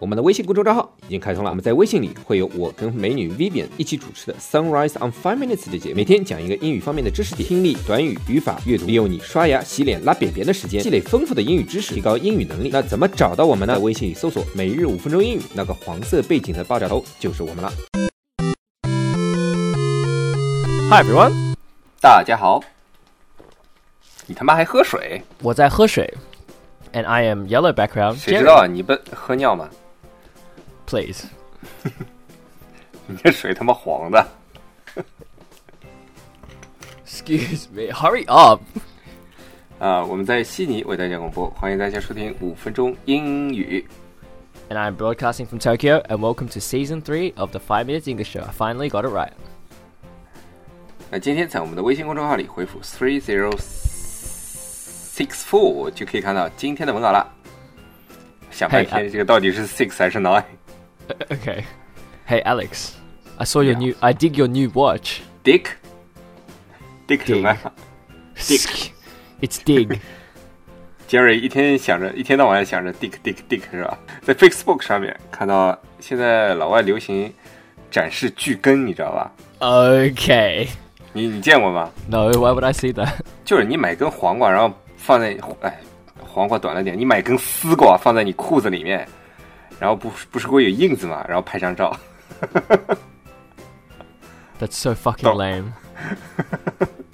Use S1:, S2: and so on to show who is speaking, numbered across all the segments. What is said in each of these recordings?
S1: 我们的微信公众账号已经开通了，我们在微信里会有我跟美女 Vivian 一起主持的 Sunrise on Five Minutes 的节目，每天讲一个英语方面的知识点，听力、短语、语法、阅读，利用你刷牙、洗脸、拉便便的时间，积累丰富的英语知识，提高英语能力。那怎么找到我们呢？在微信里搜索“每日五分钟英语”，那个黄色背景的爆炸头就是我们了。
S2: Hi everyone，
S1: 大家好，你他妈还喝水？
S2: 我在喝水，and I am yellow background。
S1: 谁知道啊？你不喝尿吗？
S2: Please，
S1: 你这水他妈黄的。
S2: excuse me，hurry up。
S1: 啊，我们在悉尼为大家广播，欢迎大家收听五分钟英语。
S2: And I'm broadcasting from Tokyo, and welcome to season three of the Five Minutes English Show. I finally got it right.
S1: 那今天在我们的微信公众号里回复 three zero six four 就可以看到今天的文稿了。想半
S2: 嘿
S1: 天，这个到底是 six 还是 nine？
S2: Okay. Hey Alex, I saw your
S1: Yeah.
S2: new. I dig your new watch.
S1: Dick Dick 什么
S2: Dig. It's dig.
S1: ？Jerry 一天想着，一天到晚想着 Dick Dick Dick 是吧？在 Facebook 上面看到现在老外流行展示巨根，你知道吧？
S2: okay.
S1: 你你见过吗？
S2: No, why would I see that?
S1: 就是你买根黄瓜，然后放在哎，黄瓜短了点，你买根丝瓜放在你裤子里面，然后不不是会有印子嘛？然后拍张照。
S2: That's so fucking
S1: Don't.
S2: lame.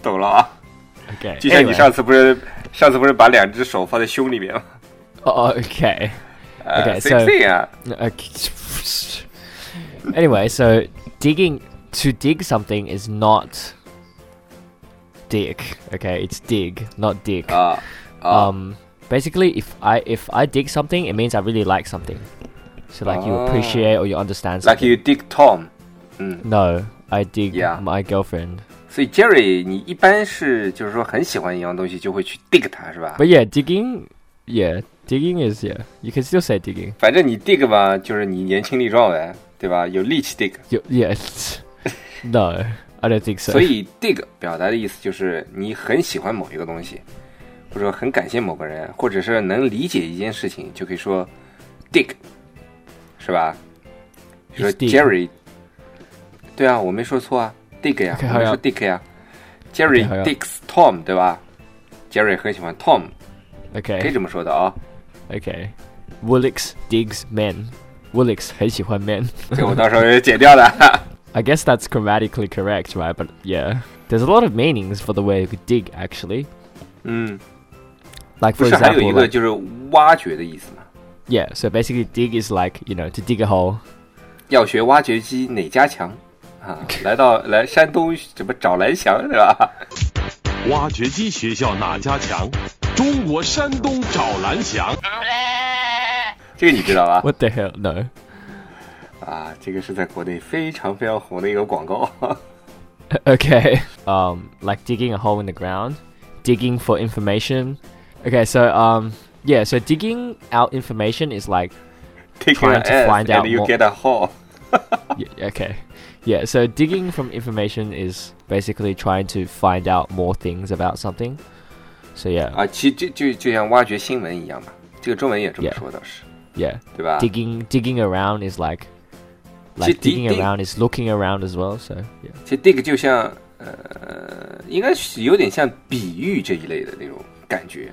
S1: 懂了啊，
S2: Okay.
S1: 就像你
S2: anyway.
S1: 上次不是上次不是把两只手放在胸里面吗？
S2: Oh, okay.
S1: 呃
S2: Okay,
S1: ，same
S2: so-
S1: thing 啊，
S2: Okay. anyway, so digging to dig something is not dig. Okay, it's dig, not dig.
S1: 啊啊
S2: um, basically, if I if I dig something, it means I really like something. So like you appreciate or you understand
S1: Ah. ，like
S2: something.
S1: you dig Tom。
S2: No, I dig
S1: Yeah.
S2: my girlfriend.
S1: 所以 Jerry，你一般是就是说很喜欢一样东西就会去 dig 它是吧？
S2: But yeah, digging, yeah, digging is yeah. You can still say digging.
S1: 反正你 dig 吧，就是你年轻力壮呗，对吧？有力气 dig。
S2: You, yes. no, I don't think so.
S1: 所以 dig 表达的意思就是你很喜欢某一个东西，或者说很感谢某个人，或者是能理解一件事情，就可以说 dig，是吧？比如
S2: It's
S1: 说
S2: dig
S1: Jerry，对啊，我没说错啊，dig 呀，
S2: Okay，
S1: 我没
S2: 好呀
S1: 说 dig 呀，Jerry
S2: Okay，好呀
S1: digs Tom，对吧？Jerry 很喜欢 Tom，可以
S2: okay.
S1: 这么说的啊。
S2: Okay. Woolix digs men. Woolix 很喜欢 men.
S1: 这个我到时候也剪 掉的。
S2: I guess that's grammatically correct, right? But yeah, there's a lot of meanings for the word dig actually.
S1: 嗯，
S2: Like
S1: 不
S2: for
S1: 是还有
S2: example,
S1: 一个
S2: like-
S1: 就是挖掘的意思吗？
S2: yeah. So basically, dig is like you know to dig a hole.
S1: 要学挖掘机哪家强啊？来到来山东什么找蓝翔对吧？
S3: 挖掘机学校哪家强？中国山东找蓝翔。
S1: 这个你知道 吧？
S2: What the hell? No.
S1: 啊，这个是在国内非常非常红的一个广告。
S2: okay. Um, like digging a hole in the ground, digging for information. Okay, so um, yeah. So digging out information is like
S1: Take your
S2: Trying to
S1: ass
S2: find
S1: and
S2: out
S1: you
S2: more.
S1: get a hole。
S2: Yeah, okay. Yeah, so digging from information is basically trying to find out more things about something. So yeah,
S1: 啊，其就就就像挖掘新闻一样嘛。这个中文也这么说倒是
S2: yeah.
S1: 对吧？
S2: Digging digging around is like like
S1: Just dig-
S2: digging
S1: dig-
S2: around is looking around as well, so yeah.
S1: 其实 dig 就像呃，应该是有点像比喻这一类的那种感觉。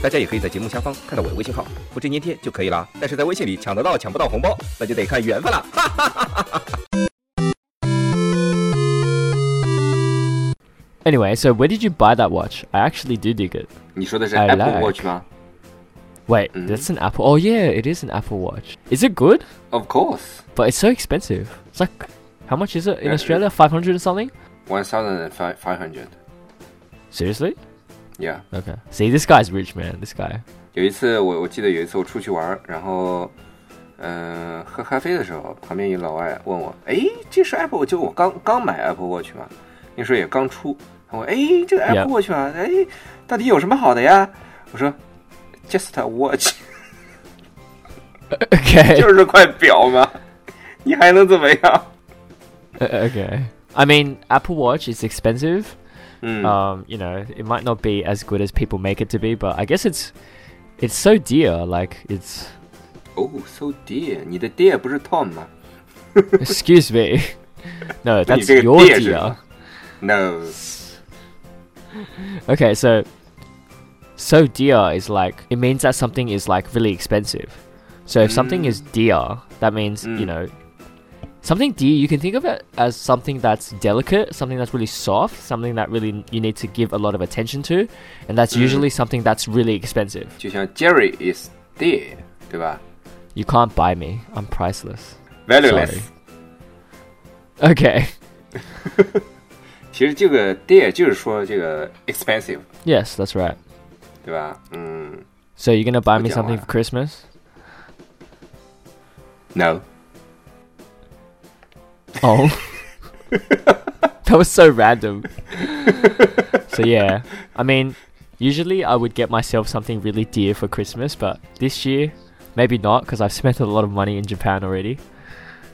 S4: 大家也可以在节目下方看到我的微信号，复制粘贴就可以了。但是在微信里抢得到抢不到红包，那就得看缘分了。
S2: Anyway, so where did you buy that watch? I actually do dig it.
S1: 你说的是
S2: I
S1: Apple
S2: like
S1: Watch 吗
S2: Wait,
S1: Mhm.
S2: that's an Apple. Oh yeah, it is an Apple Watch. Is it good?
S1: ？Of course，
S2: But it's so expensive. It's like How much is it in
S1: Uh,
S2: Australia? Five hundred or something?
S1: One thousand five five hundred。
S2: Seriously?
S1: Yeah，
S2: Okay. See, this guy's rich, man. This guy.
S1: 有一次我我记得有一次我出去玩儿，然后嗯、呃喝咖啡的时候，旁边一老外问我，哎，这是 Apple 就我刚刚买 Apple Watch 嘛，那时候也刚出，他问我，哎，这个 Apple
S2: Yeah.
S1: Watch 啊，哎，到底有什么好的呀？我说，just a watch，
S2: Okay.
S1: 就是块表嘛， 你还能怎么样？
S2: Uh, okay. I mean, Apple Watch is expensive.
S1: 嗯
S2: Um, you know, it might not be as good as people make it to be, but I guess it's it's so dear. Like it's.
S1: o h “Oh, so dear，你的 dear 不是 Tom 吗
S2: Excuse me. No, that's
S1: get
S2: your
S1: beer,
S2: dear.
S1: ？No，
S2: Okay, so so dear is like it means that something is like really expensive. So if something is dear, that means
S1: Mm.
S2: you know something dear. You can think of it as something that's delicate, something that's really soft, something that really you need to give a lot of attention to, and that's usually something that's really expensive.
S1: 就像 Jerry is dear，对吧
S2: You can't buy me. I'm priceless.
S1: ？Valueless。
S2: Okay.
S1: 其实这个 dear 就是说这个 expensive，
S2: Yes, that's right.
S1: 对吧？嗯
S2: So you're gonna buy me
S1: Good
S2: something
S1: one.
S2: for Christmas?
S1: ，no，
S2: Oh. that was so random. so yeah, I mean, usually I would get myself something really dear for Christmas, but this year maybe not because I've spent a lot of money in Japan already,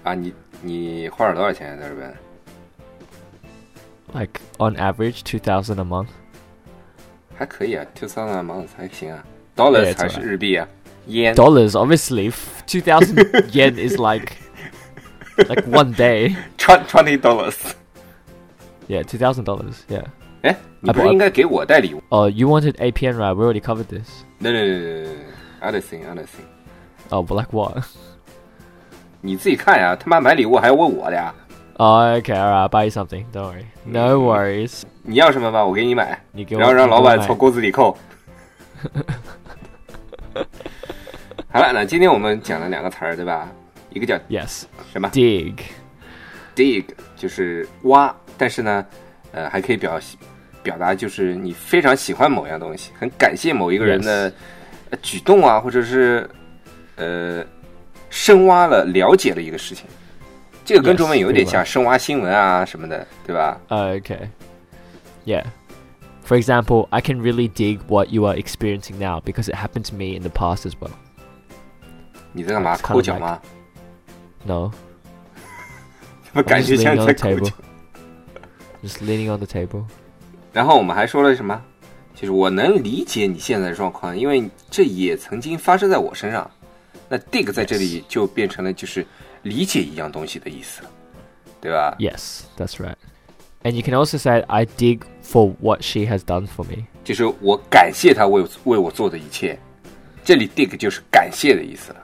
S1: 啊，你你花了多少钱在日本？
S2: like on average 2000 a month.
S1: 还可以啊，two thousand a month 还行啊
S2: Yeah,
S1: ，dollars
S2: it's
S1: 还是
S2: alright
S1: 日币啊？烟
S2: Dollars, obviously, f- 2000 yen is like like one day.
S1: twenty twenty
S2: 啊
S1: dollars。
S2: Yeah, $2000. Yeah.
S1: 哎，你不
S2: 啊
S1: 是
S2: 不
S1: 应该给我带礼物
S2: Oh, you wanted APN right? We already covered this.
S1: ？no no no no no，other thing other thing，
S2: Oh, but like what?
S1: 你自己看呀，他妈买礼物还要问我的呀？
S2: Oh, okay, alright. I'll buy you something. Don't worry. No worries.
S1: 你要什么吧，我给你买，
S2: 你给我
S1: 然后让老
S2: 你给
S1: 板
S2: 我买
S1: 从工资里 扣。好了，那今天我们讲了两个词儿，对吧？一个叫
S2: Yes.
S1: 什么？
S2: Dig.
S1: dig 就是挖，但是呢，呃，还可以表表达就是你非常喜欢某样东西，很感谢某一个人的呃举动啊，或者是呃深挖了了解了一个事情。这个跟
S2: Yes，
S1: 中文有一点像
S2: 对
S1: 深挖新闻啊什么的，对吧？
S2: Oh, Okay. Yeah. For example, I can really dig what you are experiencing now because it happened to me in the past as well.
S1: 你在干嘛？
S2: It's kind of
S1: 抠脚吗？
S2: No.
S1: 怎么
S2: I'm
S1: 感
S2: just
S1: 觉
S2: leaning
S1: 像
S2: on
S1: 在
S2: the
S1: 抠脚
S2: table.？Just leaning on the table.
S1: 然后我们还说了什么？就是我能理解你现在的状况，因为这也曾经发生在我身上。那 dig 在这里就变成了就是理解一样东西的意思了，对吧
S2: Yes, that's right. And you can also say I dig for what she has done for me.
S1: 就是我感谢他为为我做的一切，这里 dig 就是感谢的意思了。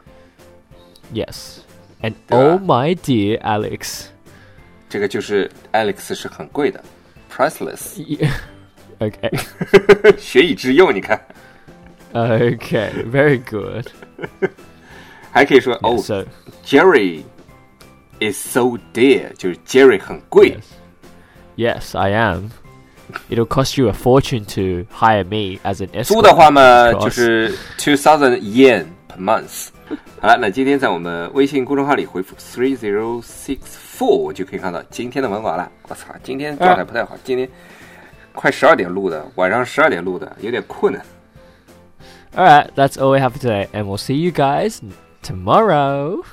S2: Yes. And
S1: Yeah.
S2: oh my dear Alex.
S1: 这个就是 Alex 是很贵的，priceless，
S2: Y- okay.
S1: 学以致用。你看，
S2: Okay. Very good.
S1: 还可以说哦
S2: So
S1: ，Jerry is so dear，就是 Jerry 很贵。
S2: Yes. Yes, I am. It'll cost you a fortune to hire me as an
S1: 租
S2: escort.
S1: 的话嘛，
S2: Of course.
S1: 就是 two thousand yen per month。好了，那今天在我们微信公众号里回复 three zero six four 就可以看到今天的文稿了。我操，今天状态不太好，今天快十二点录的，晚上十二点录的，有点困啊了。
S2: All right, that's all we have for today, and we'll see you guys tomorrow.